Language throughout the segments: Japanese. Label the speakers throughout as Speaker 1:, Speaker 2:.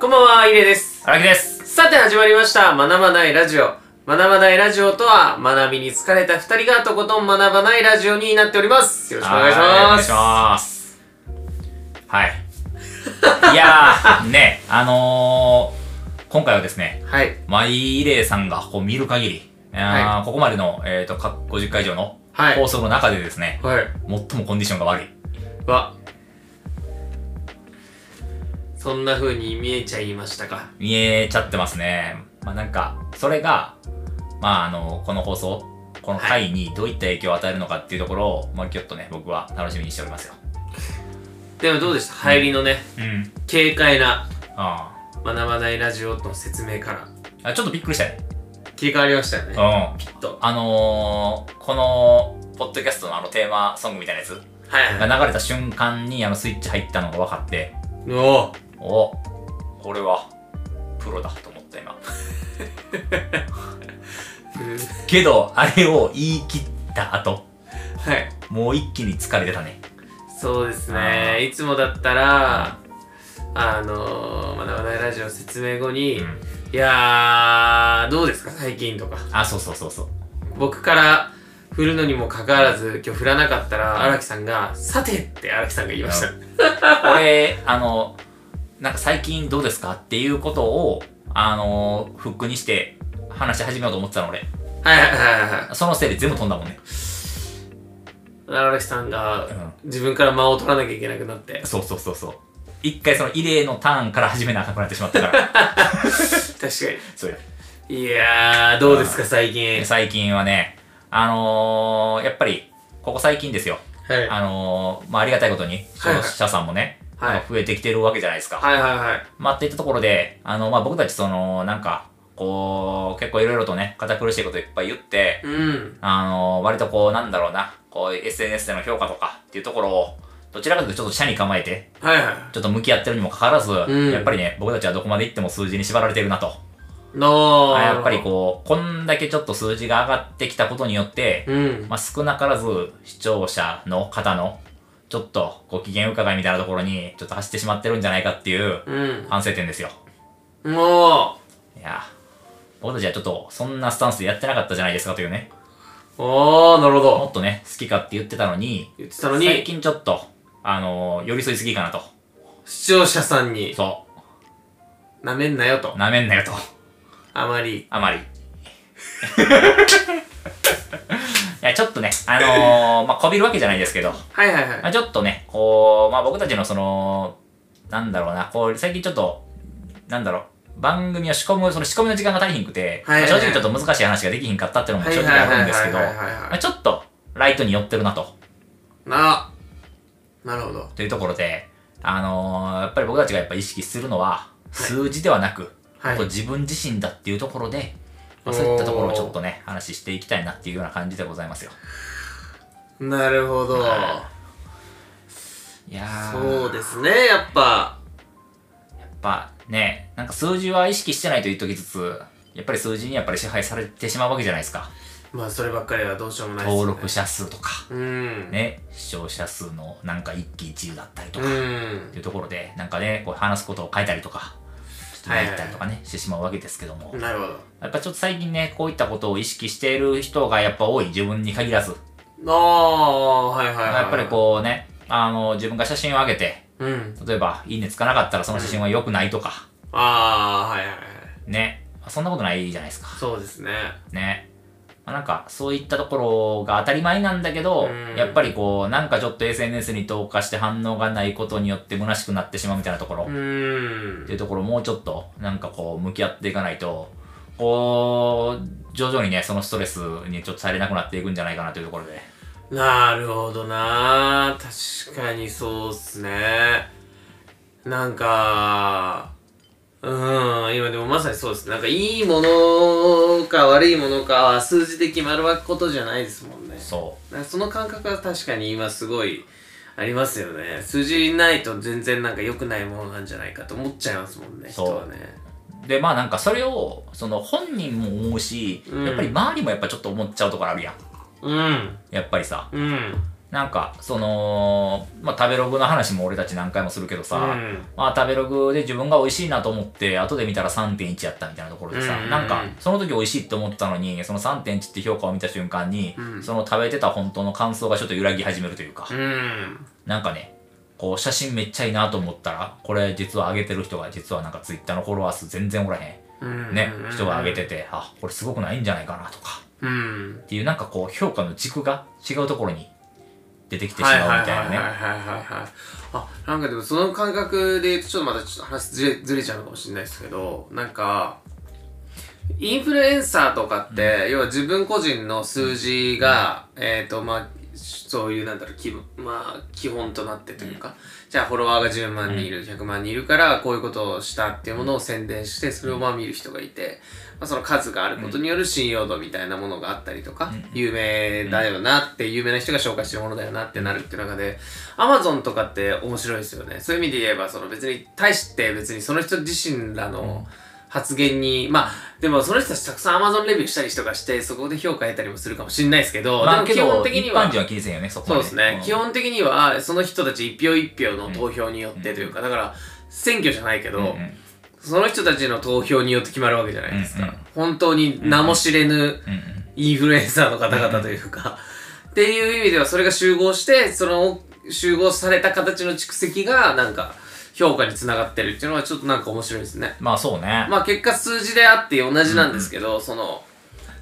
Speaker 1: こんばんは、いれです。
Speaker 2: 荒木です。
Speaker 1: さて始まりました、学ばないラジオ。学ばないラジオとは、学びに疲れた二人がとことん学ばないラジオになっております。よろしくお願いし
Speaker 2: はお願
Speaker 1: ま
Speaker 2: い
Speaker 1: す。
Speaker 2: します。 はい。いやー、ね、あのー、今回はですね、
Speaker 1: はい。
Speaker 2: マイレーさんがこう見る限り、あーここまでの、えー、と各50回以上の
Speaker 1: はい
Speaker 2: 放送の中でですね、
Speaker 1: はい。
Speaker 2: 最もコンディションが悪い。
Speaker 1: わ。そんな風に見えちゃいましたか。
Speaker 2: 見えちゃってますね。まあなんか、それが、まああの、この放送、この回にどういった影響を与えるのかっていうところを、まあきょっとね、僕は楽しみにしておりますよ。
Speaker 1: でもどうでした入りのね、
Speaker 2: うん。
Speaker 1: 軽快な
Speaker 2: あ
Speaker 1: 学ばないラジオとの説明から
Speaker 2: ーあちょっとびっくりしたね。
Speaker 1: 切り替わりましたよね。
Speaker 2: うん。
Speaker 1: きっと。
Speaker 2: あのー、この、ポッドキャストのあのテーマソングみたいなやつ
Speaker 1: はいはい。
Speaker 2: が流れた瞬間にあのスイッチ入ったのが分かって、
Speaker 1: お
Speaker 2: おこれは、プロだと思 った今。
Speaker 1: ー
Speaker 2: けど、あれを言い切った後、
Speaker 1: はい。
Speaker 2: もう一気に疲れてたね。
Speaker 1: そうです
Speaker 2: あ
Speaker 1: ね。いつもだったら、あのー、学ばないラジオ説明後に、
Speaker 2: うん。
Speaker 1: いやー、どうですか最近とか。
Speaker 2: あ、そうそうそうそう。
Speaker 1: 僕から振るのにもかかわらず、今日振らなかったら、荒木さんが、さてって荒木さんが言いました。
Speaker 2: 俺、あの、なんか最近どうですかっていうことを、あの、フックにして話し始めようと思ってたの俺。
Speaker 1: はいはいはいはい。
Speaker 2: そのせいで全部飛んだもんね。
Speaker 1: 荒木さんが
Speaker 2: うん
Speaker 1: 自分から間を取らなきゃいけなくなって
Speaker 2: そうそうそうそう。一回その異例のターンから始めなあかんくなってしまっ たから。
Speaker 1: 確か
Speaker 2: そうや。
Speaker 1: にいやーどうですか最近
Speaker 2: で最近はね、あのー、やっぱり、ここ最近ですよ。
Speaker 1: はいはい
Speaker 2: あのー、まあ、ありがたいことに、
Speaker 1: はいはい
Speaker 2: 消費者さんもね、
Speaker 1: はい
Speaker 2: あの増えてきてるわけじゃないですか。
Speaker 1: はいはい
Speaker 2: まあ、っていったところで、あの、まあ、僕たちその、なんか、こう、結構いろいろとね、堅苦しいこといっぱい言って、
Speaker 1: うん
Speaker 2: あのー、割とこう、なんだろうな、こう、SNS での評価とかっていうところを、どちらかというとちょっと社に構えて、
Speaker 1: はいはい
Speaker 2: ちょっと向き合ってるにもかかわらず、
Speaker 1: ん
Speaker 2: やっぱりね、僕たちはどこまで行っても数字に縛られてるなと。
Speaker 1: の
Speaker 2: あやっぱりこう、こんだけちょっと数字が上がってきたことによって、
Speaker 1: うん
Speaker 2: まあ、少なからず視聴者の方のちょっとご機嫌伺いみたいなところにちょっと走ってしまってるんじゃないかっていう
Speaker 1: うん
Speaker 2: 反省点ですよ。
Speaker 1: も
Speaker 2: いや、僕たちはちょっとそんなスタンスでやってなかったじゃないですかというね。
Speaker 1: うおーなるほ
Speaker 2: も
Speaker 1: ど
Speaker 2: っとね、好きかって言ってたのに、
Speaker 1: 言ってたのに
Speaker 2: 最近ちょっと、あのー寄り添いすぎかなと。
Speaker 1: 視聴者さんに
Speaker 2: そ
Speaker 1: なめんなよと
Speaker 2: う、なめんなよと。
Speaker 1: あまり
Speaker 2: あ まり。いや、ちょっとね、あのーまあ、こびるわけじゃないですけど、
Speaker 1: はいはいは
Speaker 2: まあ、
Speaker 1: い
Speaker 2: ちょっとね、こう、まあ、僕たちのその、なんだろうな、こう、最近ちょっと、なんだろう、番組を仕込む、その仕込みの時間が足りひんくて、
Speaker 1: はいはい
Speaker 2: まあ正直ちょっと難しい話ができひんかったっていうのも
Speaker 1: はい
Speaker 2: 正
Speaker 1: はい
Speaker 2: 直あ
Speaker 1: は
Speaker 2: るん
Speaker 1: い
Speaker 2: です
Speaker 1: は
Speaker 2: け
Speaker 1: い
Speaker 2: ど、ま
Speaker 1: は
Speaker 2: あちょっと、ライトに寄ってるなと、
Speaker 1: いななるほど
Speaker 2: というところで、あのーやっぱり僕たちがやっぱ意識するのは、数字ではなく、
Speaker 1: はい
Speaker 2: こう自分自身だっていうところで、まあ、そういったところをちょっとね、話していきたいなっていうような感じでございますよ。
Speaker 1: なるほど
Speaker 2: はいいやー
Speaker 1: そうですねやっぱ
Speaker 2: やっぱね、なんか数字は意識してないと言っときつつ、やっぱり数字にやっぱり支配されてしまうわけじゃないですか。
Speaker 1: まあそればっかりはどうしようもないですよね
Speaker 2: 登録者数とか、
Speaker 1: うん
Speaker 2: ね、視聴者数のなんか一喜一憂だったりと
Speaker 1: う
Speaker 2: か、っ
Speaker 1: ん
Speaker 2: ていうところで、なんかね、こう話すことを書いたりとか、ちょっと書いたりとかね、してしまうわけですけども、
Speaker 1: なるほど
Speaker 2: やっぱちょっと最近ね、こういったことを意識している人がやっぱ多い、自分に限らず。
Speaker 1: ああ、はいはいはい。
Speaker 2: やっぱりこうね、あの、自分が写真を上げて、
Speaker 1: う。うん。
Speaker 2: 例えば、いいねつかなかったらその写真は良くないとか、
Speaker 1: ああ、はいはいはい。
Speaker 2: ね、そんなことないじゃないですか。
Speaker 1: そうですね。
Speaker 2: ね。まあなんか、そういったところが当たり前なんだけど
Speaker 1: うん、
Speaker 2: やっぱりこう、なんかちょっと SNS に投下して反応がないことによって虚しくなってしまうみたいなところ、
Speaker 1: う
Speaker 2: っ
Speaker 1: ー
Speaker 2: て
Speaker 1: ん。
Speaker 2: いうところをもうちょっと、なんかこう、向き合っていかないと、こう、徐々にね、そのストレスにちょっとされなくなっていくんじゃないかなというところで。
Speaker 1: なるほどな。確かにそうっすね。なんか、うん、今でもまさにそうです。なんかいいものか悪いものかは数字で決まることじゃないですもんね。
Speaker 2: そ
Speaker 1: なんかその感覚は確かに今すごいありますよね。数字ないと全然なんか良くないものなんじゃないかと思っちゃいますもんね、人
Speaker 2: そう
Speaker 1: はね。
Speaker 2: う。で、まあなんかそれを、その本人も思うし、
Speaker 1: うん
Speaker 2: やっぱり周りもやっぱちょっと思っちゃうところあるやん。
Speaker 1: うん。
Speaker 2: やっぱりさ、
Speaker 1: うん。
Speaker 2: なんか、その、まあ、食べログの話も俺たち何回もするけどさ、
Speaker 1: うん
Speaker 2: まあ、食べログで自分が美味しいなと思って、後で見たら3.1やったみたいなところでさ、
Speaker 1: うん
Speaker 2: なんか、その時美味しいって思ったのに、その3.1って評価を見た瞬間に、
Speaker 1: うん
Speaker 2: その食べてた本当の感想がちょっと揺らぎ始めるというか、
Speaker 1: うん
Speaker 2: なんかね、こう、写真めっちゃいいなと思ったら、これ実は上げてる人が、実はなんか Twitter のフォロワー数全然おらへ
Speaker 1: うん
Speaker 2: ん、ね、人が上げてて、あ、これすごくないんじゃないかなとか、
Speaker 1: うん
Speaker 2: っていうなんかこう、評価の軸が違うところに出てきてし
Speaker 1: はいはい
Speaker 2: まう
Speaker 1: は
Speaker 2: み
Speaker 1: い
Speaker 2: たい
Speaker 1: はいはい
Speaker 2: なね。
Speaker 1: はいはいあなんかでもその感覚で言うとちょっとまたちょっと話ずれずれちゃうのかもしれないですけどなんかインフルエンサーとかって、要は自分個人の数字が、えっ、とまあそういうなんだろう基,、まあ、基本となってというか、じゃあフォロワーが10万人いる、100万人いるからこういうことをしたっていうものを宣伝してそれをまあ見る人がいて、まあ、その数があることによる信用度みたいなものがあったりとか、有名だよなって有名な人が紹介してるものだよなってなるっていう中で Amazon とかって面白いですよねそういう意味で言えばその別に対して別にその人自身らの、発言に、まあ、でもその人たちたくさん Amazon レビューしたりとかして、そこで評価得たりもするかもしれないですけど、
Speaker 2: まあ、
Speaker 1: で
Speaker 2: け
Speaker 1: も基
Speaker 2: ど
Speaker 1: 本、的に
Speaker 2: 一
Speaker 1: は。
Speaker 2: 般人は気にせんよね、そこ
Speaker 1: そう
Speaker 2: ま
Speaker 1: で
Speaker 2: で。
Speaker 1: すね、
Speaker 2: ん
Speaker 1: 基本的にはその人たち一票一票の投票によってというか、だから選挙じゃないけど、
Speaker 2: うんうん
Speaker 1: その人たちの投票によって決まるわけじゃないですか、
Speaker 2: うんうん
Speaker 1: 本当に名も知れぬ
Speaker 2: うんうん
Speaker 1: インフルエンサーの方々というか、っていう意味ではそれが集合してその集合された形の蓄積がなんか評価につながってるっていうのはちょっとなんか面白いですね
Speaker 2: まあそうね。
Speaker 1: まあ結果数字であって同じなんですけど、その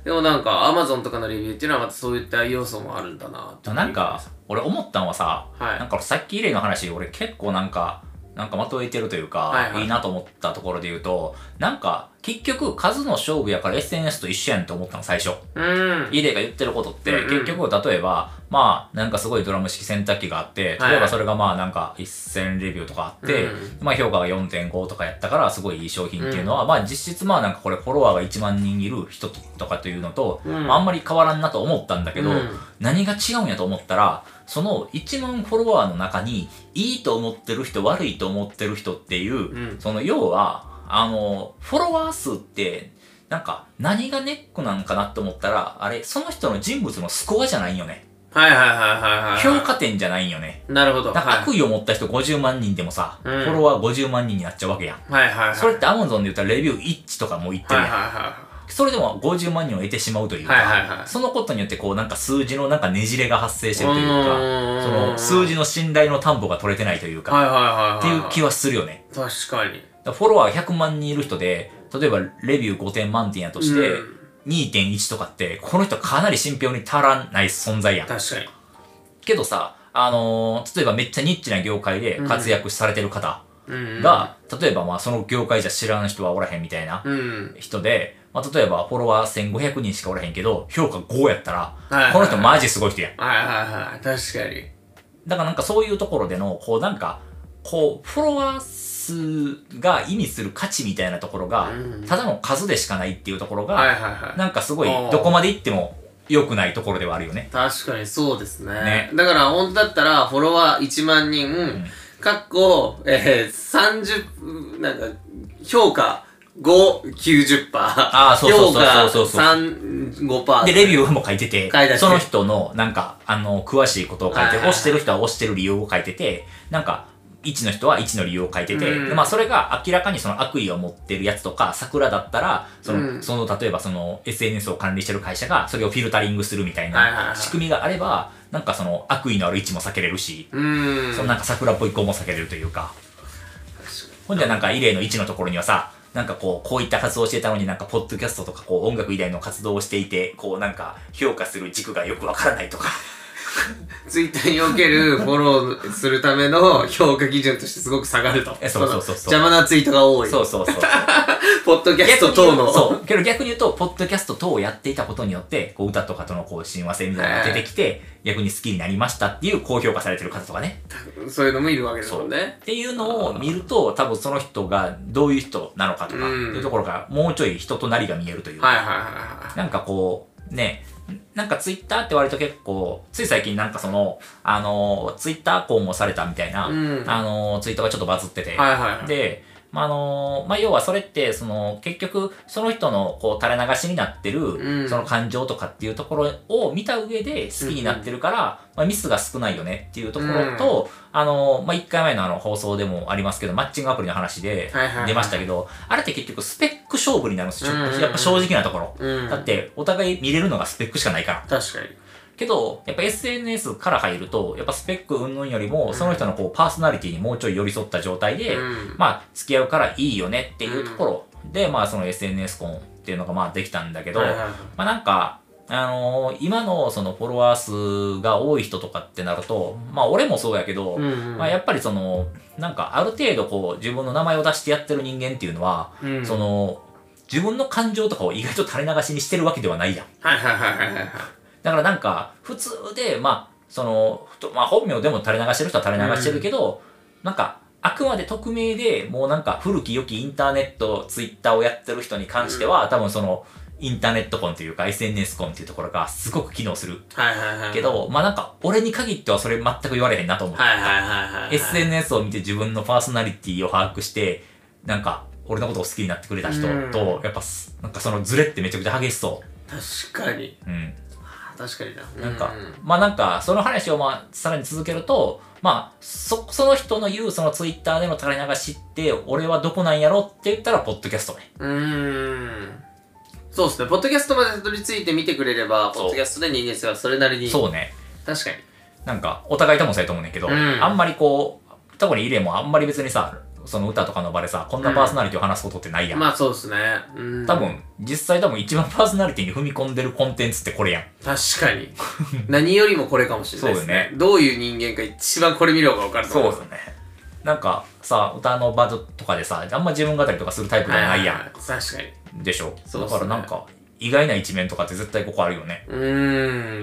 Speaker 1: でもなんか Amazon とかのレビューっていうのはまたそういった要素もあるんだなって
Speaker 2: なんか、俺思ったのはさ、
Speaker 1: はい
Speaker 2: なんかさっき以来の話、俺結構なんか、なんかまとえてるというか、
Speaker 1: はい
Speaker 2: い
Speaker 1: はい
Speaker 2: いなと思ったところで言うと、なんか、結局数の勝負やから SNS と一緒やんと思ったの、最初。
Speaker 1: うん
Speaker 2: イデが言ってることって、
Speaker 1: うんうん
Speaker 2: 結局、例えば、まあ、なんかすごいドラム式洗濯機があって、
Speaker 1: はい
Speaker 2: 例えばそれがまあ、なんか1000レビューとかあって、
Speaker 1: う
Speaker 2: まあ、評価が4.5とかやったから、すごいいい商品っていうのは、まあ、実質まあ、なんかこれフォロワーが1万人いる人とかというのと、
Speaker 1: うん
Speaker 2: まあ、あんまり変わらんなと思ったんだけど、
Speaker 1: うん
Speaker 2: 何が違うんやと思ったら、その1万フォロワーの中に、いいと思ってる人、悪いと思ってる人っていう、
Speaker 1: ん
Speaker 2: その要は、あの、フォロワー数って、なんか、何がネックなんかなって思ったら、あれ、その人の人物のスコアじゃないんよね。
Speaker 1: はいはいはいはいはいはい。
Speaker 2: 評価点じゃないんよね。
Speaker 1: なるほど。
Speaker 2: だから
Speaker 1: はい
Speaker 2: 悪意を持った人50万人でもさ、
Speaker 1: うん
Speaker 2: フォロワー50万人になっちゃうわけやん。
Speaker 1: はいはいはい。
Speaker 2: それって Amazon で言ったらレビュー1とかも言って
Speaker 1: はい
Speaker 2: る
Speaker 1: はい
Speaker 2: やん。それでも50万人を得てしまうという
Speaker 1: はいはいは
Speaker 2: か、
Speaker 1: い
Speaker 2: そのことによってこうなんか数字のなんかねじれが発生してるという
Speaker 1: はい
Speaker 2: か、
Speaker 1: はい。
Speaker 2: その数字
Speaker 1: の。
Speaker 2: の信頼の担保が取れてないというか、
Speaker 1: はいはいはい。
Speaker 2: っていう気
Speaker 1: は。
Speaker 2: はするよね。
Speaker 1: 確かに。
Speaker 2: だからフォロワー100万人いる人で、例えばレビュー5点満点やとして、
Speaker 1: うん
Speaker 2: 2.1とかって、この人かなり信憑に足らない存在やん。
Speaker 1: 確かに。
Speaker 2: けどさ、あのー例えばめっちゃニッチな業界で活躍されてる方
Speaker 1: うん。、
Speaker 2: が、例えばまあその業界じゃ知らん人はおらへんみたいな
Speaker 1: うん。
Speaker 2: 人で、まあ例えばフォロワー1500人しかおらへんけど、評価5やった
Speaker 1: いはいは
Speaker 2: ら
Speaker 1: い、
Speaker 2: この人マジすごい人やん。
Speaker 1: はいはいはい。確かに。
Speaker 2: だからなんかそういうところでの、こうなんか、こう、フォロワー数が意味する価値みたいなところが
Speaker 1: うん、
Speaker 2: ただの数でしかないっていうところ
Speaker 1: はい
Speaker 2: が、
Speaker 1: はいはい。
Speaker 2: なんかすごい
Speaker 1: あー、
Speaker 2: どこまで行っても良くないところではあるよね。
Speaker 1: 確かにそうですね。
Speaker 2: ね
Speaker 1: だから、本当だったら、フォロワー1万人、かっこ、えー、30、なんか、評価5、90%。あ
Speaker 2: あーそうそうそうそうそう
Speaker 1: 評価3、5%。
Speaker 2: で、レビューも書いてて
Speaker 1: 書いてあって、
Speaker 2: その人の、なんか、あの、詳しいことを書い
Speaker 1: はい
Speaker 2: て、
Speaker 1: はいはい
Speaker 2: 押してる人は押してる理由を書いてて、なんか、1の人は1の理由を書いてて、
Speaker 1: うん
Speaker 2: でまあそれが明らかにその悪意を持ってるやつとか、桜だったら、その、
Speaker 1: うん
Speaker 2: その例えばその SNS を管理してる会社がそれをフィルタリングするみた
Speaker 1: は
Speaker 2: い
Speaker 1: いはいは
Speaker 2: ない仕組みがあれば、なんかその悪意のある位置も避けれるし、
Speaker 1: うん。
Speaker 2: そのなんか桜っぽい子も避けれるというか、ほんじゃなんか異例の位置のところにはさ、なんかこう、こういった活動をしてたのになんか、ポッドキャストとかこう、音楽以外の活動をしていて、こうなんか、評価する軸がよくわからないとか、
Speaker 1: ツイッターにおけるフォローするための評価基準としてすごく下がると。
Speaker 2: えそうそうそうそう
Speaker 1: の邪魔なツイートが多い。
Speaker 2: そうそう そう。
Speaker 1: ポッドキャスト等の。
Speaker 2: そう。けど逆に言うと、ポッドキャスト等をやっていたことによって、こう、歌とかとのこう、親和性みたいなのが出てきて、逆に好きになりましたっていう高評価されてる方とかね。
Speaker 1: そう。いうのもいるわけですもんね
Speaker 2: っ。ていうのを見ると、多分その人がどういう人なのかとか、って
Speaker 1: うん
Speaker 2: いうところが、もうちょい人となりが見えるというか
Speaker 1: はいはいはいは
Speaker 2: なんかこう、ね、なんかツイッターって割と結構、つい最近なんかその、あの、ツイッター婚もされたみたいな、
Speaker 1: うん
Speaker 2: あの、ツイートがちょっとバズってて、
Speaker 1: い。はいはい。
Speaker 2: で、まあ、あのーまあ、要はそれって、その、結局、その人の、こう、垂れ流しになってる、
Speaker 1: うん
Speaker 2: その感情とかっていうところを見た上で好きになってるから、まあ、ミスが少ないよねっていうところと、あのーまあ、1回前のあの、放送でもありますけど、マッチングアプリの話で
Speaker 1: はいはいはい
Speaker 2: 出ましたけど、あれって結局、スペック勝負になるんですよ。ちょっ
Speaker 1: うんう
Speaker 2: と
Speaker 1: ん
Speaker 2: やっぱ正直なところ。
Speaker 1: うん
Speaker 2: だって、お互い見れるのがスペックしかないから。
Speaker 1: 確かに
Speaker 2: けど、やっぱ SNS から入ると、やっぱスペック云々よりも、その人のこうパーソナリティにもうちょい寄り添った状態で、
Speaker 1: うん
Speaker 2: まあ、付き合うからいいよねっていうところで、まあ、その SNS 婚っていうのがまあできたんだけど、
Speaker 1: はいはいはい
Speaker 2: まあなんか、あのー今のそのフォロワー数が多い人とかってなると、まあ俺もそうやけど、
Speaker 1: うんうん
Speaker 2: まあやっぱりその、なんかある程度こう自分の名前を出してやってる人間っていうのは、
Speaker 1: うん
Speaker 2: その、自分の感情とかを意外と垂れ流しにしてるわけではないやん。
Speaker 1: はいはいはいはいはい
Speaker 2: だからなんか、普通で、まあ、その、ふとまあ本名でも垂れ流してる人は垂れ流してるけど、なんか、あくまで匿名で、もうなんか古き良きインターネット、ツイッターをやってる人に関しては、多分その、インターネット婚というか SNS 婚っていうところがすごく機能する
Speaker 1: はいはいはい
Speaker 2: けど、まあなんか、俺に限ってはそれ全く言われへんなと思う。
Speaker 1: はいはいはいはいはい
Speaker 2: SNS を見て自分のパーソナリティを把握して、なんか、俺のことを好きになってくれた人と、やっぱす、なんかそのズレってめちゃくちゃ激しそ
Speaker 1: 確かに
Speaker 2: う。うん。
Speaker 1: 確かにな
Speaker 2: なんか、
Speaker 1: うん
Speaker 2: まあなんか、その話をまあ、さらに続けると、まあ、そ、その人の言うそのツイッターでの垂れ流しって、俺はどこなんやろって言ったら、ポッドキャストね。
Speaker 1: うーんそうですねポッドキャストまでたどり着いて見てくれれば
Speaker 2: そう
Speaker 1: ポッドキャストで人間性はそれなりに
Speaker 2: そうね。
Speaker 1: 確かに
Speaker 2: なんか、お互いともそうやと思うねんけど、
Speaker 1: うん
Speaker 2: あんまりこう、特にイレもあんまり別にさ、その歌とかの場でさ、こんなパーソナリティを話すことってないやん。
Speaker 1: まあそうですねうん
Speaker 2: 多分、実際多分一番パーソナリティに踏み込んでるコンテンツってこれやん。
Speaker 1: 確かに何よりもこれかもしれないです
Speaker 2: そう
Speaker 1: ね
Speaker 2: よ
Speaker 1: どういう人間か一番これ見れば分かると思う
Speaker 2: ね。なんかさ、歌の場とかでさ、あんま自分語りとかするタイプではないやん。
Speaker 1: はいはいはい確かに
Speaker 2: でしょ
Speaker 1: そう
Speaker 2: だ
Speaker 1: っすね
Speaker 2: からなんか意外な一面とかって絶対ここあるよね
Speaker 1: うー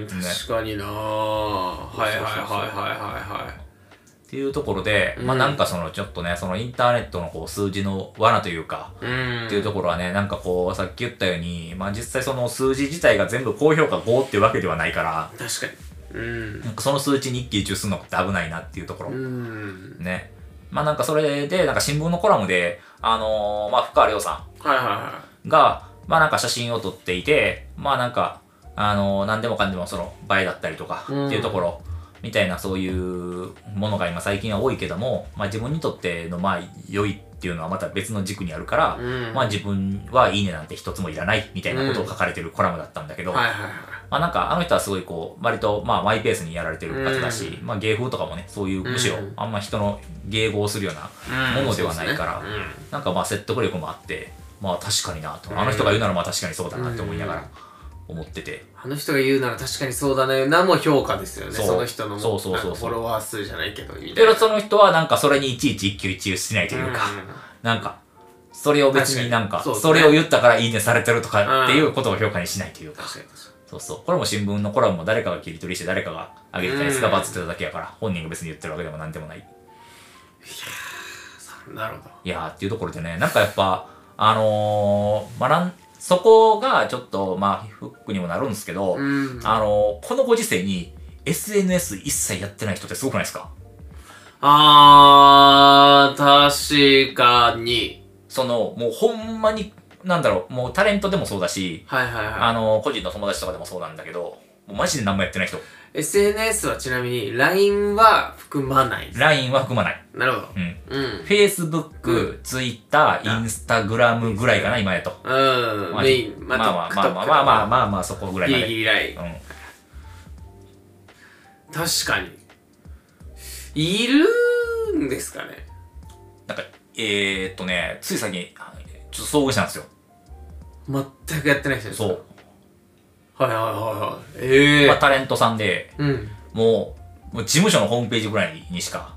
Speaker 1: ん
Speaker 2: ね
Speaker 1: 確かになはいはいはいはいはいはい
Speaker 2: っていうところで、まあ
Speaker 1: うん
Speaker 2: なんかそのちょっとねそのインターネットのこう数字の罠というか
Speaker 1: うーん
Speaker 2: っていうところはね、なんかこう、さっき言ったように、まあ実際その数字自体が全部高評価5っていうわけではないから、
Speaker 1: 確かにうん
Speaker 2: なんかその数値に一喜一憂するのって危ないなっていうところ。
Speaker 1: うん
Speaker 2: ね。まあなんかそれで、なんか新聞のコラムで、あのーまあ深川亮さん
Speaker 1: はいはいは
Speaker 2: が、まあなんか写真を撮っていて、まあなんか、あの、何でもかんでもその映えだったりとかって
Speaker 1: うん
Speaker 2: いうところ、みたいなそういうものが今最近は多いけども、まあ自分にとってのまあ良いっていうのはまた別の軸にあるから
Speaker 1: い、うん
Speaker 2: まあ自分はいいねなんて一つもいらないみたいなことを書かれてるコラムだったんだけど、
Speaker 1: はいはいはい
Speaker 2: まあなんかあの人はすごいこう、割とまあマイペースにやられてる方だし、まあ芸風とかもね、そういうむしろ
Speaker 1: うん
Speaker 2: あんま人の迎合するような
Speaker 1: うん
Speaker 2: ものではないか
Speaker 1: そ
Speaker 2: ら
Speaker 1: うですねうん
Speaker 2: なんかまあ説得力もあって、まあ確かにな
Speaker 1: う
Speaker 2: と。
Speaker 1: ん
Speaker 2: あの人が言うならまあ確かにそうだなって思いなが
Speaker 1: う
Speaker 2: ら
Speaker 1: ん
Speaker 2: 思ってて。
Speaker 1: あの人が言うなら確かにそうだねなも評価ですよね
Speaker 2: そう
Speaker 1: その人の
Speaker 2: そうそうそうそう
Speaker 1: なんかフォロワー数じゃないけどみ
Speaker 2: で、その人はなんかそれにいちいち一喜一憂しないというか、なんか、それを別になんか、
Speaker 1: 確かにそう
Speaker 2: それを言ったからいいねされてるとかっていううことを評価にしないというか、
Speaker 1: 確かに確か
Speaker 2: そうそう。これも新聞のコラムも誰かが切り取りして誰かが上げてたり
Speaker 1: うん
Speaker 2: スカバーつってただけやから、本人が別に言ってるわけでもなんでもない。
Speaker 1: になるほ
Speaker 2: いやーっていうところでね、なんかやっぱ、あのー、まあなん、そこがちょっと、まあ、フックにもなるんですけ
Speaker 1: ど
Speaker 2: ど、
Speaker 1: うんあ
Speaker 2: あの、このご時世に SNS 一切やってない人ってすごくないですか
Speaker 1: あー確かに
Speaker 2: その、もうほんまに、なんだろう、もうタレントでもそうだし、
Speaker 1: はいはい
Speaker 2: あ
Speaker 1: は
Speaker 2: の、個人の友達とかでもそうなんだけど、もうマジで何もやってない人。
Speaker 1: い SNS はちなみに LINE は含まない
Speaker 2: LINE は含まない。
Speaker 1: なるほど
Speaker 2: うん。
Speaker 1: うん、
Speaker 2: Facebook、Twitter、Instagram ぐらいかな、今やと。
Speaker 1: うん、
Speaker 2: まあ
Speaker 1: メイン
Speaker 2: まあまあまあまあまあまあまあまあ、そこぐらい
Speaker 1: ギ
Speaker 2: ま
Speaker 1: リギ
Speaker 2: で。
Speaker 1: リライン
Speaker 2: うん。
Speaker 1: 確かにいるんですかね
Speaker 2: なんか、えーっとね、つい最近、ちょっと遭遇したんですよ。
Speaker 1: 全くやってない人ですか
Speaker 2: そう。
Speaker 1: はいはいはいはいええ
Speaker 2: まあ、タレントさんで、
Speaker 1: うん
Speaker 2: もう、もう事務所のホームページぐらいにしか、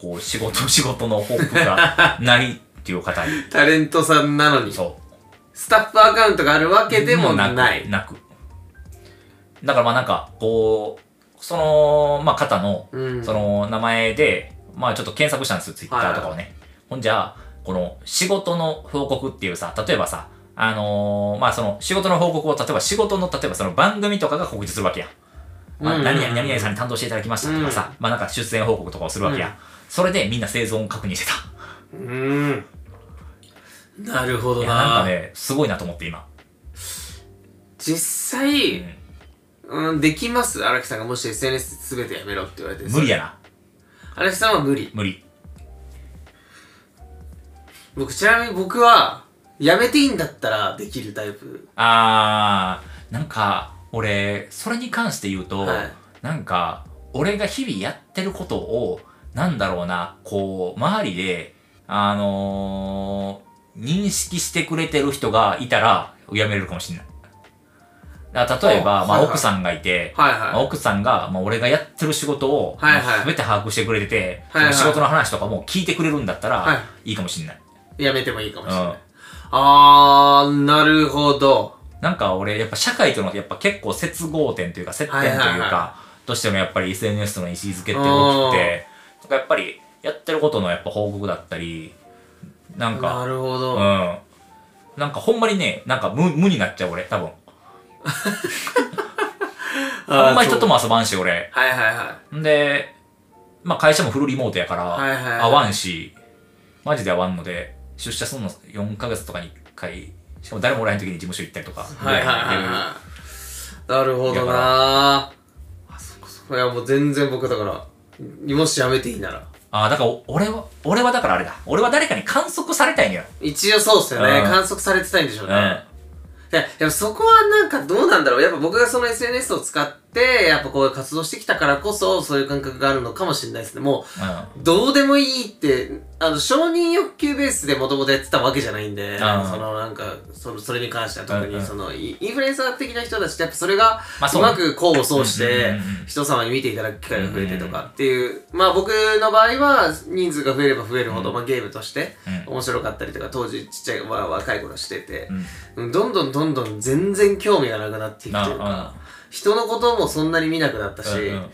Speaker 2: こう、仕事、仕事の報告 がないっていう方に、
Speaker 1: タレントさんなのに
Speaker 2: そ
Speaker 1: スタッフアカウントがあるわ
Speaker 2: う。
Speaker 1: けでもない。
Speaker 2: なく。だからまあなんか、こう、その、まあ方の、
Speaker 1: うん。
Speaker 2: その名前で、まあちょっと検索したんですよ、ツイッターとかをね。ほんじゃ、この仕事の報告っていうさ、例えばさ、あのーまあその仕事の報告を、例えば仕事の、例えばその番組とかが告知するわけや。まあ、
Speaker 1: うん
Speaker 2: 何々何々さんに担当していただきましたとかさ、まあなんか出演報告とかをするわけや。
Speaker 1: うん
Speaker 2: それでみんな生存確認してた。
Speaker 1: うん。なるほ
Speaker 2: い
Speaker 1: ど
Speaker 2: や
Speaker 1: な
Speaker 2: なんかねすごいなと思って今、
Speaker 1: 実
Speaker 2: う
Speaker 1: 際、
Speaker 2: ん
Speaker 1: うん、できます荒木さんがもし SNS 全てやめろって言われて
Speaker 2: 無理
Speaker 1: や
Speaker 2: やな
Speaker 1: 荒木さんは無理
Speaker 2: 無理
Speaker 1: 僕ちなみに僕はやめていいんだったらできるタイプ
Speaker 2: あーなんか俺それに関して言うと、
Speaker 1: はい
Speaker 2: なんか俺が日々やってることをなんだろうなこう周りであのー認識してくれてる人がいたらやめれるかもしれないだから例えば
Speaker 1: あ
Speaker 2: ま
Speaker 1: はい
Speaker 2: あ、
Speaker 1: はい
Speaker 2: 奥さんがいて、
Speaker 1: はい
Speaker 2: まあ
Speaker 1: は
Speaker 2: 奥さんが、まあ、俺がやってる仕事を、
Speaker 1: はいはい
Speaker 2: まあ全て把握してくれてて、
Speaker 1: はいはい
Speaker 2: その仕事の話とかも聞いてくれるんだったら、、
Speaker 1: はい
Speaker 2: いかもしれない。
Speaker 1: いやめてもいいかもしれない、
Speaker 2: うん
Speaker 1: あーなるほど
Speaker 2: なんか俺、やっぱ社会とのやっぱ結構接合点というか、接点というか、
Speaker 1: はいはいは
Speaker 2: としてのやっぱり SNS との意思づけって大きくて、なんかやっぱりやってることのやっぱ報告だったり、なん
Speaker 1: な
Speaker 2: か、
Speaker 1: るほ
Speaker 2: う
Speaker 1: ど、
Speaker 2: ん。なんかほんまにね、なんか無無になっちゃう俺、多分。
Speaker 1: ー
Speaker 2: ほんま人と
Speaker 1: そう
Speaker 2: も遊ばんし、俺。
Speaker 1: はいはいは
Speaker 2: んで、まあ会社もフルリモートやから、
Speaker 1: はいはいはい
Speaker 2: 合わんし、マジで合わんので、出社するの4ヶ月とかに1回、しかも誰もおらへん時に事務所行ったりとか。
Speaker 1: いはいはいはいはいなるほどなあそこそこいやもう全然僕だからもしやめていいなら
Speaker 2: ああ、だからお俺は、俺はだからあれだ。俺は誰かに観測されたいんよ。
Speaker 1: 一応そうっすよね、
Speaker 2: うん
Speaker 1: 観測されてたいんでしょ
Speaker 2: う。
Speaker 1: うんね、ででもそこはなんかどうなんだろうやっぱ僕がその SNS を使ってやっぱこう活動してきたからこそそういう感覚があるのかもしれないですねもうどうでもいいってあの承認欲求ベースでもともとやってたわけじゃないんで、そのなんかそのそれに関しては特
Speaker 2: うんう
Speaker 1: に
Speaker 2: ん
Speaker 1: その、イインフルエンサー的な人たちってやっぱそれが
Speaker 2: まあそうう
Speaker 1: まく功を奏し
Speaker 2: うん
Speaker 1: て
Speaker 2: うんうんうん
Speaker 1: 人様に見ていただく機会が増えてとかっていうまあ僕の場合は人数が増えれば増えるほど、まあ、ゲームとして
Speaker 2: うん
Speaker 1: 面白かったりとか当時ちっちゃい、わ若い頃してて。
Speaker 2: うん。
Speaker 1: うんどんどんどんどん全然興味がなくなっていく
Speaker 2: な
Speaker 1: というか、人のこともそんなに見なくなったし、
Speaker 2: うんうん
Speaker 1: っ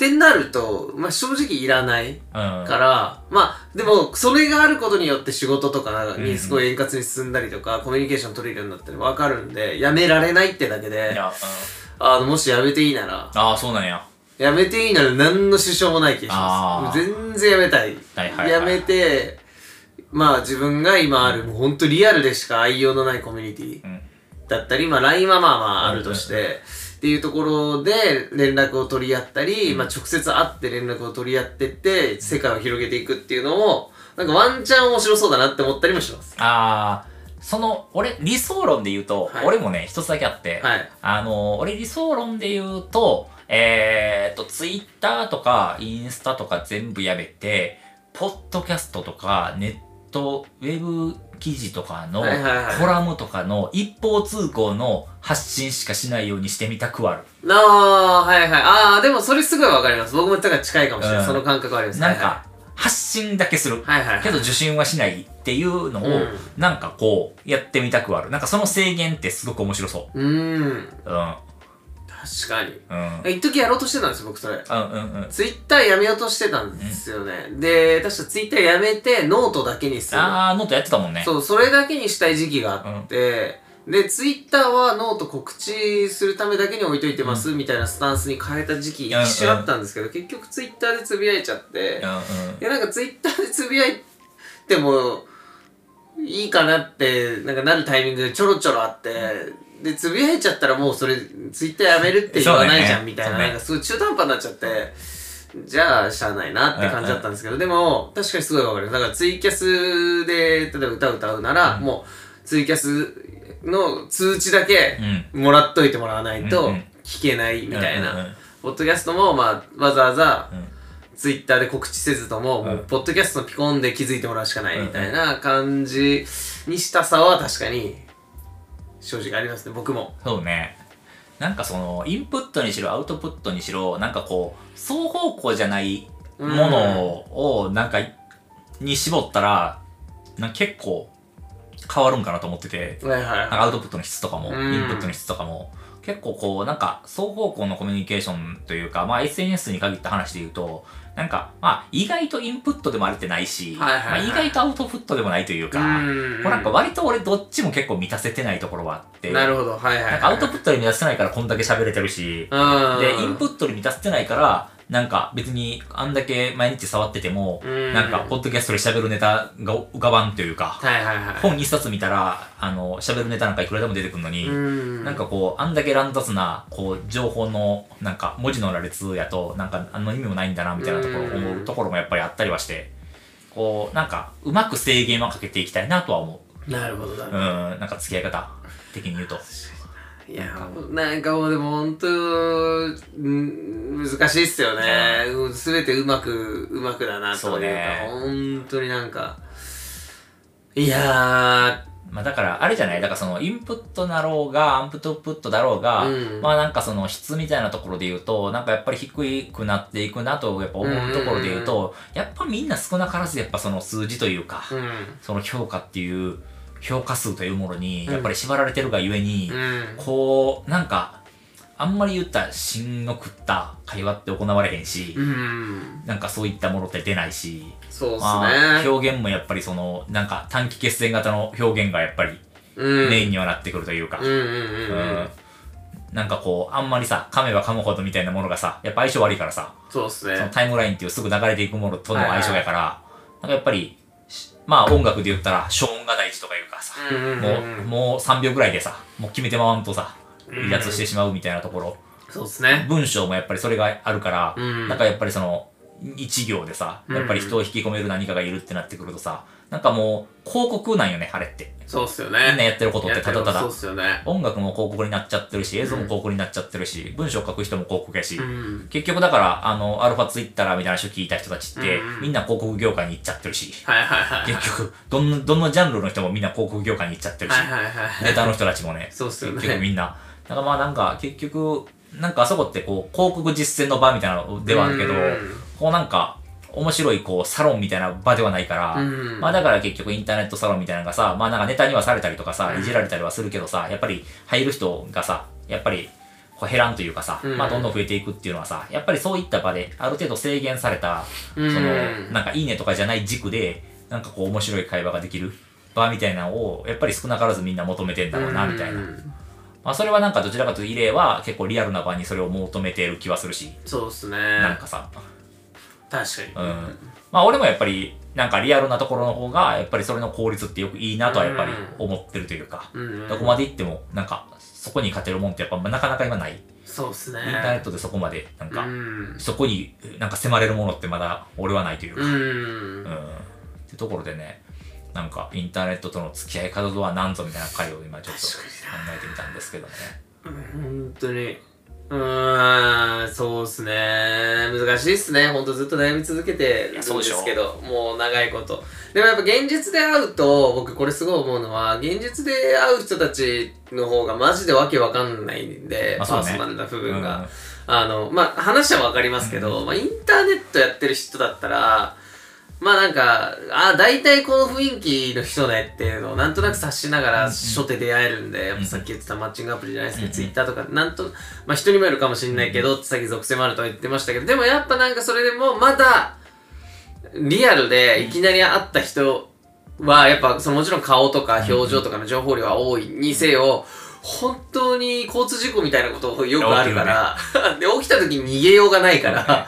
Speaker 1: てなると、まあ、正直いらない
Speaker 2: うん。
Speaker 1: から、まあでもそれがあることによって仕事とか
Speaker 2: うんう
Speaker 1: に
Speaker 2: ん
Speaker 1: すごい円滑に進んだりとか、コミュニケーション取れるようになったり分かるんでやめられないってだけ
Speaker 2: い
Speaker 1: で
Speaker 2: や、うん、
Speaker 1: あのもしやめていいなら
Speaker 2: ああ、そうなんや。
Speaker 1: やめていいなら何の支障もない気がします
Speaker 2: あ
Speaker 1: 全然やめたい,、
Speaker 2: はいはいはい
Speaker 1: やめてまあ自分が今あるもう本当リアルでしか愛用のないコミュニティ、
Speaker 2: うん。
Speaker 1: だったり、まあ、LINE はまあまああるとして、っていうところで連絡を取り合ったり、まあ、直接会って連絡を取り合ってって、世界を広げていくっていうのを、なんかワンチャン面白そうだなって思ったりもします。
Speaker 2: ああ、その、俺、理想論で言うと、
Speaker 1: はい
Speaker 2: 俺もね、一つだけあって、
Speaker 1: はい。
Speaker 2: あのー、俺理想論で言うと、えー、っと、ツイッターとか、インスタとか全部やめて、ポッドキャストとか、ネット、ウェブ記事とかの、
Speaker 1: はいはいはい
Speaker 2: コラムとかの一方通行の発信しかしないようにしてみたくはある。
Speaker 1: なあ、はいはい。ああ、でもそれすごいわかります。僕もだから近いかもしれない。
Speaker 2: うん
Speaker 1: その感覚はあります。
Speaker 2: なんか、発信だけする。
Speaker 1: はいはい、はいはい
Speaker 2: けど受信はしないっていうの
Speaker 1: う
Speaker 2: を、
Speaker 1: ん
Speaker 2: なんかこう、やってみたくはある。なんかその制限ってすごく面白そう
Speaker 1: ーん、
Speaker 2: う。うん。
Speaker 1: 確かに。
Speaker 2: うん。
Speaker 1: 一時やろうとしてたんですよ、僕それ。
Speaker 2: うんうんうん。
Speaker 1: ツイッターやめようとしてたんですよね。で、確かツイッターやめて、ノートだけにする。
Speaker 2: あー、ノートやってたもんね。
Speaker 1: そう、それだけにしたい時期があって、で、ツイッターはノート告知するためだけに置いといてます、みたいなスタンスに変えた時期
Speaker 2: うん
Speaker 1: 一瞬あったんですけど、結局ツイッターでつぶやいちゃって、
Speaker 2: うんうん。
Speaker 1: いや、なんかツイッターでつぶやいてもいいかなって、なんかなるタイミングでちょろちょろあって、で、つぶやいちゃったらもうそれ、ツイッターやめるって言わないじゃん、
Speaker 2: そうだよね
Speaker 1: みたい
Speaker 2: そ
Speaker 1: な、
Speaker 2: うね
Speaker 1: なんかすごい中途半端になっちゃって、じゃあ、しゃあないなって感じだったんですけど、でも、確かにすごいわかる。だからツイキャスで、例えば歌歌うなら、
Speaker 2: うん
Speaker 1: もう、ツイキャスの通知だけ
Speaker 2: うん。
Speaker 1: もらっといてもらわない
Speaker 2: うん
Speaker 1: と
Speaker 2: うん
Speaker 1: 聞けないみたい
Speaker 2: うんうんう。
Speaker 1: なんポッドキャストも、まあ、わざわざ、
Speaker 2: うん
Speaker 1: ツイッターで告知せずとも、もうポッドキャストのピコンで気づいてもらうしかないみたいな感じにしたさは確かに正直ありますね僕も
Speaker 2: そうね。なんかその、インプットにしろ、アウトプットにしろ、なんかこう、双方向じゃないものを、なんか、に絞ったら、なんか結構変わるんかなと思ってて、
Speaker 1: はいはい
Speaker 2: なんかアウトプットの質とかも、
Speaker 1: うん
Speaker 2: インプットの質とかも、結構こう、なんか、双方向のコミュニケーションというか、まあ SNS に限った話で言うと、なんか、まあ、意外とインプットでもあれってないし、
Speaker 1: はいはいはい
Speaker 2: まあ、意外とアウトプットでもないというか、
Speaker 1: うん
Speaker 2: こうなんか割と俺どっちも結構満たせてないところはあって、
Speaker 1: なるほどはいはい、
Speaker 2: なんかアウトプットで満たせてないからこんだけ喋れてるし、
Speaker 1: ッ
Speaker 2: で、インプ
Speaker 1: ッ
Speaker 2: ットで満たせてないから、なんか別にあんだけ毎日触ってても、
Speaker 1: うん
Speaker 2: なんかポッドキャストで喋るネタが浮かばんというか、
Speaker 1: はいはいはい
Speaker 2: 本一冊見たら、あの、喋るネタなんかいくらでも出てくるのに、
Speaker 1: うん
Speaker 2: なんかこう、あんだけ乱雑な、こう、情報の、なんか、文字の羅列やと、なんか、あの意味もないんだな、みたいなところ、
Speaker 1: うん
Speaker 2: 思うところもやっぱりあったりはして、こう、なんか、うまく制限はかけていきたいなとは思う。
Speaker 1: なるほどな
Speaker 2: うん、なんか付き合い方的に言うと。
Speaker 1: いやなんかもうでも本当ん難しいっすよね全てうまくうまくだなと
Speaker 2: そう
Speaker 1: いう
Speaker 2: ね
Speaker 1: か本当になんかいや
Speaker 2: まあだから、あれじゃないだからその、インプットだろうが、アンプトプットだろうが、
Speaker 1: うん
Speaker 2: まあなんかその質みたいなところで言うと、なんかやっぱり低くなっていくなと、やっぱ思うところで言うと、やっぱみんな少なからずやっぱその数字というか、
Speaker 1: ーうん
Speaker 2: その評価っていう、評価数というものに、
Speaker 1: うん
Speaker 2: やっぱり縛られてるがゆえに
Speaker 1: う、ん
Speaker 2: こう、なんか、あんまり言ったら、しんの食った会話って行われへんし、
Speaker 1: うん
Speaker 2: なんかそういったものって出ないし、
Speaker 1: そうっす
Speaker 2: まあ、
Speaker 1: ね
Speaker 2: 表現もやっぱりその、なんか短期決戦型の表現がやっぱり
Speaker 1: うん
Speaker 2: メインにはなってくるというか、
Speaker 1: うんうんうんうん
Speaker 2: なんかこう、あんまりさ、噛めば噛むほどみたいなものがさ、やっぱ相性悪いからさ、
Speaker 1: そうっす
Speaker 2: その
Speaker 1: ね
Speaker 2: タイムラインっていうすぐ流れていくものとの相性やから、なんかやっぱり、しまあ音楽で言ったら、消音が大事とかいうかさ、
Speaker 1: うんうん
Speaker 2: も
Speaker 1: うん
Speaker 2: う、もう3秒ぐらいでさ、もう決めてまわんとさ、
Speaker 1: うん
Speaker 2: 離脱してしまうみたいなところ、
Speaker 1: そうっすね
Speaker 2: 文章もやっぱりそれがあるから、
Speaker 1: うん
Speaker 2: なんかやっぱりその、一行でさ、やっぱり人を引き込める何かがいるってなってくるとさ、なんかもう、広告なんよね、あれって。
Speaker 1: そうっすよ
Speaker 2: みんな
Speaker 1: ね
Speaker 2: やってることってただた
Speaker 1: や
Speaker 2: だ
Speaker 1: もそうっすよね
Speaker 2: 音楽も広告になっちゃってるし、映像も広告になっちゃってるし、文章書く人も広告やし、
Speaker 1: うん
Speaker 2: 結局だから、あの、アルファツイッターみたいな話を聞いた人たちって、
Speaker 1: うん
Speaker 2: みんな広告業界に行っちゃってるし、
Speaker 1: はいはいはい
Speaker 2: 結局、どんな、どのジャンルの人もみんな広告業界に行っちゃってるし、
Speaker 1: はいはいはい
Speaker 2: ネタの人たちもね、
Speaker 1: そうっすよね
Speaker 2: 結局みんな。だからまあなんか、結局、なんかあそこってこう、広告実践の場みたいなのではあるけど
Speaker 1: うん、
Speaker 2: こうなんか、面白いこう、サロンみたいな場ではないから、
Speaker 1: うん
Speaker 2: まあだから結局インターネットサロンみたいなのがさ、まあなんかネタにはされたりとかさ、いじられたりはするけどさ、やっぱり入る人がさ、やっぱりこう減らんというかさ、
Speaker 1: うん
Speaker 2: まあどんどん増えていくっていうのはさ、やっぱりそういった場である程度制限された、そ
Speaker 1: うん
Speaker 2: の、なんかいいねとかじゃない軸で、なんかこう面白い会話ができる場みたいなのを、やっぱり少なからずみんな求めてんだろうな、みたいな。
Speaker 1: うん
Speaker 2: まあそれはなんかどちらかというと異例は結構リアルな場にそれを求めてる気はするし、
Speaker 1: そうっすね
Speaker 2: なんかさ、
Speaker 1: 確かに
Speaker 2: うんまあ俺もやっぱりなんかリアルなところの方がやっぱりそれの効率ってよくいいなとはやっぱり思ってるというか、
Speaker 1: うんうん
Speaker 2: どこまで行ってもなんかそこに勝てるもんってやっぱなかなか今ないイン
Speaker 1: そうっすね
Speaker 2: ターネットでそこまでなんか、
Speaker 1: うん
Speaker 2: そこになんか迫れるものってまだ俺はないというか、
Speaker 1: う
Speaker 2: うん
Speaker 1: ん
Speaker 2: ってところでねなんかインターネットとの付き合い方とは何ぞみたいな回を今ちょっと考えてみたんですけどね
Speaker 1: 本当にうーんそうっすね難しいっすねほんとずっと悩み続けてるんで
Speaker 2: そうでしょ
Speaker 1: すけどもう長いことでもやっぱ現実で会うと僕これすごい思うのは現実で会う人たちの方がマジでわけわかんないんで、
Speaker 2: まあそう
Speaker 1: パー
Speaker 2: ね
Speaker 1: ソナルな部分が、
Speaker 2: うん
Speaker 1: あのまあ話はわかりますけど、まあ、インターネットやってる人だったらまあなんか、あ大体この雰囲気の人ねっていうのをなんとなく察しながら初手出会えるんで、やっぱさっき言ってたマッチングアプリじゃないですけど、ツイッターとか、なんと、まあ人にもよるかもしれないけど、さっき属性もあるとは言ってましたけど、でもやっぱなんかそれでもまだ、リアルでいきなり会った人は、やっぱそのもちろん顔とか表情とかの情報量は多いにせよ、本当に交通事故みたいなことよくあるから、 で、起きた時に逃げようがないから、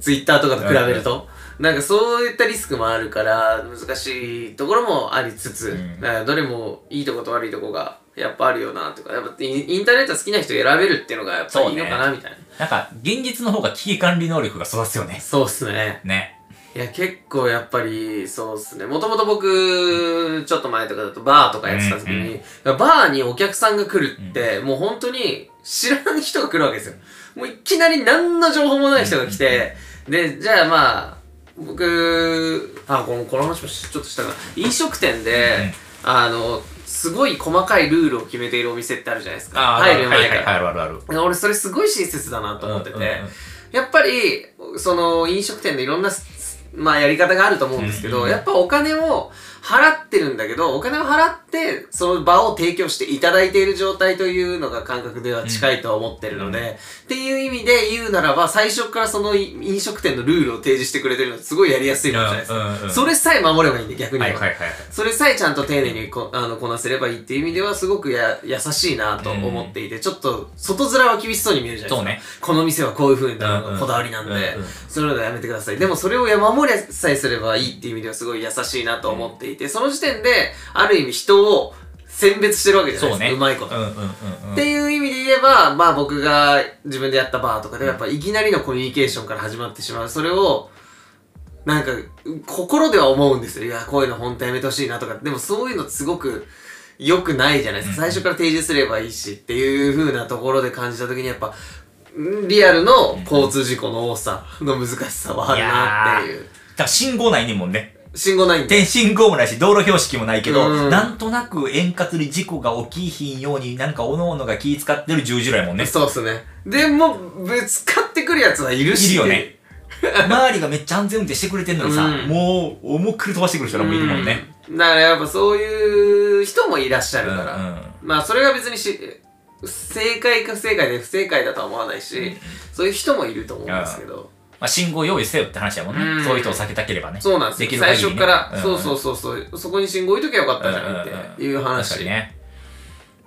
Speaker 1: ツイッターとかと比べると。なんかそういったリスクもあるから、難しいところもありつつ、
Speaker 2: ん
Speaker 1: だからどれもいいとこと悪いとこがやっぱあるよなとか、やっぱインインターネット好きな人選べるっていうのがやっぱいいのかなみたいな。
Speaker 2: なんか現実の方が危機管理能力が育つよね
Speaker 1: そうっすね。
Speaker 2: ね
Speaker 1: いや、結構やっぱり、そうっすね。もともと僕、ちょっと前とかだとバーとかやってた時に、バーにお客さんが来るって、もう本当に知らん人が来るわけですよ。もういきなり何の情報もない人が来て、で、じゃあまあ、僕、あ、この、この話もしちょっとしたかな。飲食店で、あの、すごい細かいルールを決めているお店ってあるじゃないですか。
Speaker 2: あー
Speaker 1: 入る前か
Speaker 2: はいはい
Speaker 1: ら。
Speaker 2: はいあるあるある
Speaker 1: 俺それすごい親切だなと思ってて、
Speaker 2: うんうんうん
Speaker 1: やっぱりその飲食店でいろんなす、まあ、やり方があると思うんですけど、
Speaker 2: うんうん
Speaker 1: やっぱお金を払ってるんだけど、お金を払って、その場を提供していただいている状態というのが感覚では近いとは思ってるので、
Speaker 2: うん
Speaker 1: っていう意味で言うならば、最初からそのい飲食店のルールを提示してくれてるのすごいやりやすいことじゃないですか。
Speaker 2: うんうんうん
Speaker 1: それさえ守ればいいんで、逆に
Speaker 2: は
Speaker 1: はい
Speaker 2: はいはいはい。
Speaker 1: それさえちゃんと丁寧にこ あのこなせればいいっていう意味ではすごくや優しいなと思っていて、ちょっと外面は厳しそうに見えるじゃないですか、この店はこういうふうに
Speaker 2: うんうん
Speaker 1: こだわりなんで、
Speaker 2: うんうん
Speaker 1: そういうのはやめてくださいでもそれを守れさえすればいいっていう意味ではすごい優しいなと思っていて、その時点である意味人を選別してるわけじゃない
Speaker 2: そ
Speaker 1: ですか
Speaker 2: うね。
Speaker 1: うまいこと。
Speaker 2: うんうんうんうん。
Speaker 1: っていう意味で言えば、まあ僕が自分でやったバーとかではやっぱいきなりのコミュニケーションから始まってしまう。それを、なんか、心では思うんですよ。いや、こういうの本当やめてほしいなとか。でもそういうのすごく良くないじゃないですか。
Speaker 2: うん
Speaker 1: 最初から提示すればいいしっていう風なところで感じた時にやっぱ、んリアルの交通事故の多さの難しさはあるなっていう。
Speaker 2: だから信号ないねんもんね。
Speaker 1: 信号ないんで。
Speaker 2: 天信号もないし、道路標識もないけど、
Speaker 1: うん
Speaker 2: なんとなく円滑に事故が起きひんように、なんか各々が気使ってる十字路やも んね。
Speaker 1: そうっすね。でも、ぶつかってくるやつはいるし。
Speaker 2: いるよね。周りがめっちゃ安全運転してくれてんのにさ、
Speaker 1: うん
Speaker 2: もう、重く飛ばしてくる人らもいるもんね。
Speaker 1: うんだからやっぱそういう人もいらっしゃるから、
Speaker 2: うんうん
Speaker 1: まあそれが別にし正解か不正解で不正解だとは思わないし、そういう人もいると思うんですけど、
Speaker 2: まあ、信号用意せよって話やもんね。
Speaker 1: うん
Speaker 2: そういう人を避けたければね。
Speaker 1: そうなんです
Speaker 2: で
Speaker 1: よ、
Speaker 2: きる
Speaker 1: 最
Speaker 2: 限りね
Speaker 1: 初から、
Speaker 2: うん
Speaker 1: そうそうそうそうそこに信号置いときゃよかったじゃんっ
Speaker 2: うんうんうん
Speaker 1: ていう
Speaker 2: 確か
Speaker 1: 話、
Speaker 2: にね。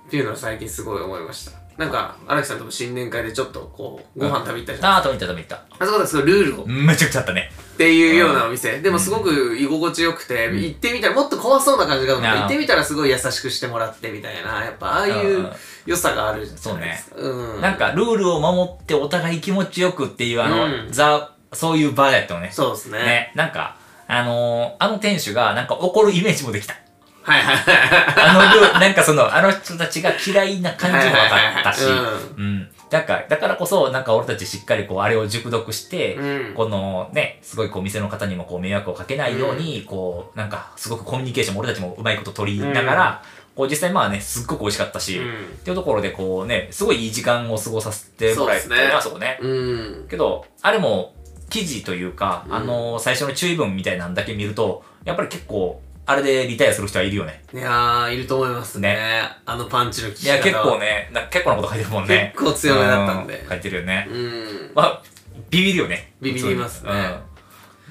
Speaker 1: っていうのは最近すごい思いましたなんか荒木さんとも新年会でちょっとこうご飯食べ行ったじゃん、
Speaker 2: ああ、食べた食べた。
Speaker 1: あそこではすごいルールを
Speaker 2: めちゃくちゃあったね。
Speaker 1: っていうようなお店、でもすごく居心地よくて、行ってみたらもっと怖そうな感じが
Speaker 2: なあ
Speaker 1: 行ってみたらすごい優しくしてもらってみたいなやっぱああいう
Speaker 2: ああ
Speaker 1: 良さがあるじゃないですかうん
Speaker 2: なんか、ルールを守ってお互い気持ちよくっていう、あの、
Speaker 1: うん
Speaker 2: ザ、そういう場やったのね。
Speaker 1: そうですね
Speaker 2: ね。なんか、あのーあの店主が、なんか怒るイメージもできた。
Speaker 1: はいはいはい
Speaker 2: あのルール、なんかその、あの人たちが嫌いな感じも分かったし、
Speaker 1: はいはいはいは
Speaker 2: うん。なんか、だからこそ、なんか俺たちしっかりこう、あれを熟読して、
Speaker 1: うん
Speaker 2: このね、すごいこう、店の方にもこう、迷惑をかけないように、こう、なんか、すごくコミュニケーションも俺たちもうまいこと取りながら、こう、実際まあね、すっごく美味しかったし、
Speaker 1: うん
Speaker 2: っていうところでこうね、すごいいい時間を過ごさせてもらえた
Speaker 1: そうですね
Speaker 2: ね、あそこね。
Speaker 1: うん
Speaker 2: けど、あれも記事というか、
Speaker 1: うん
Speaker 2: あの、最初の注意文みたいなんだけ見ると、やっぱり結構、あれでリタイアする人はいるよね。
Speaker 1: いやーいると思いますねあのパンチの効き
Speaker 2: い
Speaker 1: 方は
Speaker 2: や、結構ね、なんか結構なこと書いてるもんね。
Speaker 1: 結構強めだったんで
Speaker 2: う書いてるよね。
Speaker 1: うん
Speaker 2: まあ、ビビるよね。
Speaker 1: ビビりますね
Speaker 2: 普通に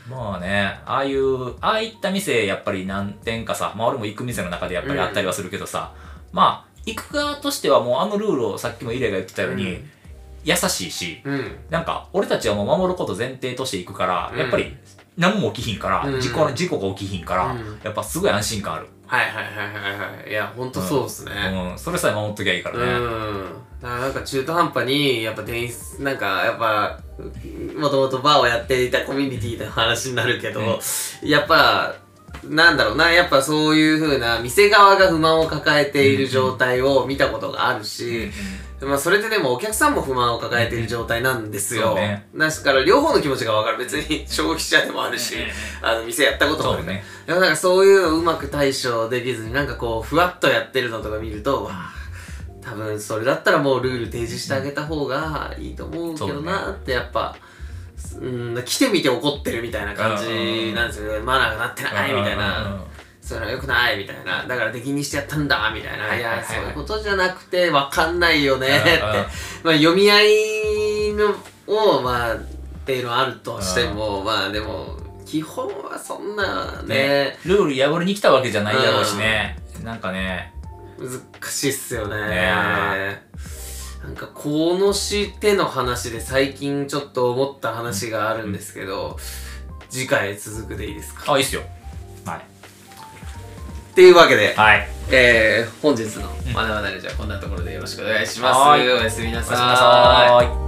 Speaker 2: うんまあね、ああいう、ああいった店、やっぱり何店かさ、まあ俺も行く店の中でやっぱりあったりはするけどさ、まあ、行く側としてはもうあのルールをさっきもイレが言ってたように、
Speaker 1: うん
Speaker 2: 優しいし、
Speaker 1: うん
Speaker 2: なんか、俺たちはもう守ること前提としていくから、
Speaker 1: うん
Speaker 2: やっぱり、何も起きひんから、
Speaker 1: うん
Speaker 2: 事故は事故が起きひんから、
Speaker 1: うん
Speaker 2: やっぱすごい安心感ある。
Speaker 1: はいはいはいはいはいいやほんとそうですね、
Speaker 2: うん、それさえ守っときゃいいからね。
Speaker 1: うん。だからなんか中途半端に、やっぱ店員、なんかやっぱ、もともとバーをやっていたコミュニティの話になるけど、やっぱ、なんだろうな、やっぱそういう風な店側が不満を抱えている状態を見たことがあるし、まあそれででもお客さんも不満を抱えている状態なんです
Speaker 2: うんそ
Speaker 1: よ。
Speaker 2: うね
Speaker 1: ですから両方の気持ちがわかる。別に消費者でもあるし、あの店やったこともある
Speaker 2: そうね。
Speaker 1: でもなんかそういうのうまく対処できずになんかこうふわっとやってるのとか見るとわあ多分それだったらもうルール提示してあげた方がいいと思うけどなってやっぱ。うん、来てみて怒ってるみたいな感じなんですよね。マナーがなってないみたい
Speaker 2: うんうんう。
Speaker 1: なんそういうのよくないみたいな。だから出禁にしてやったんだみたいな。
Speaker 2: はい
Speaker 1: い
Speaker 2: はいはい
Speaker 1: や、そういうことじゃなくてわかんないよねって
Speaker 2: うんうん。
Speaker 1: まあ読み合いのを、まあ、っていうのはあるとしても、まあでも、基本はそんなね、
Speaker 2: ルール破りに来たわけじゃないだろうしね。なんかね、
Speaker 1: 難しいっすよね。
Speaker 2: ね
Speaker 1: なんか、このしての話で最近ちょっと思った話があるんですけど、次回続くでいいですか
Speaker 2: あ、いいっすよ。はい。
Speaker 1: っていうわけで、
Speaker 2: はい。
Speaker 1: えー、本日の学ばなれじゃあこんなところでよろしくお願いします。
Speaker 2: はい
Speaker 1: おやすみな
Speaker 2: お
Speaker 1: さ
Speaker 2: やすみなさ
Speaker 1: い。
Speaker 2: ーい。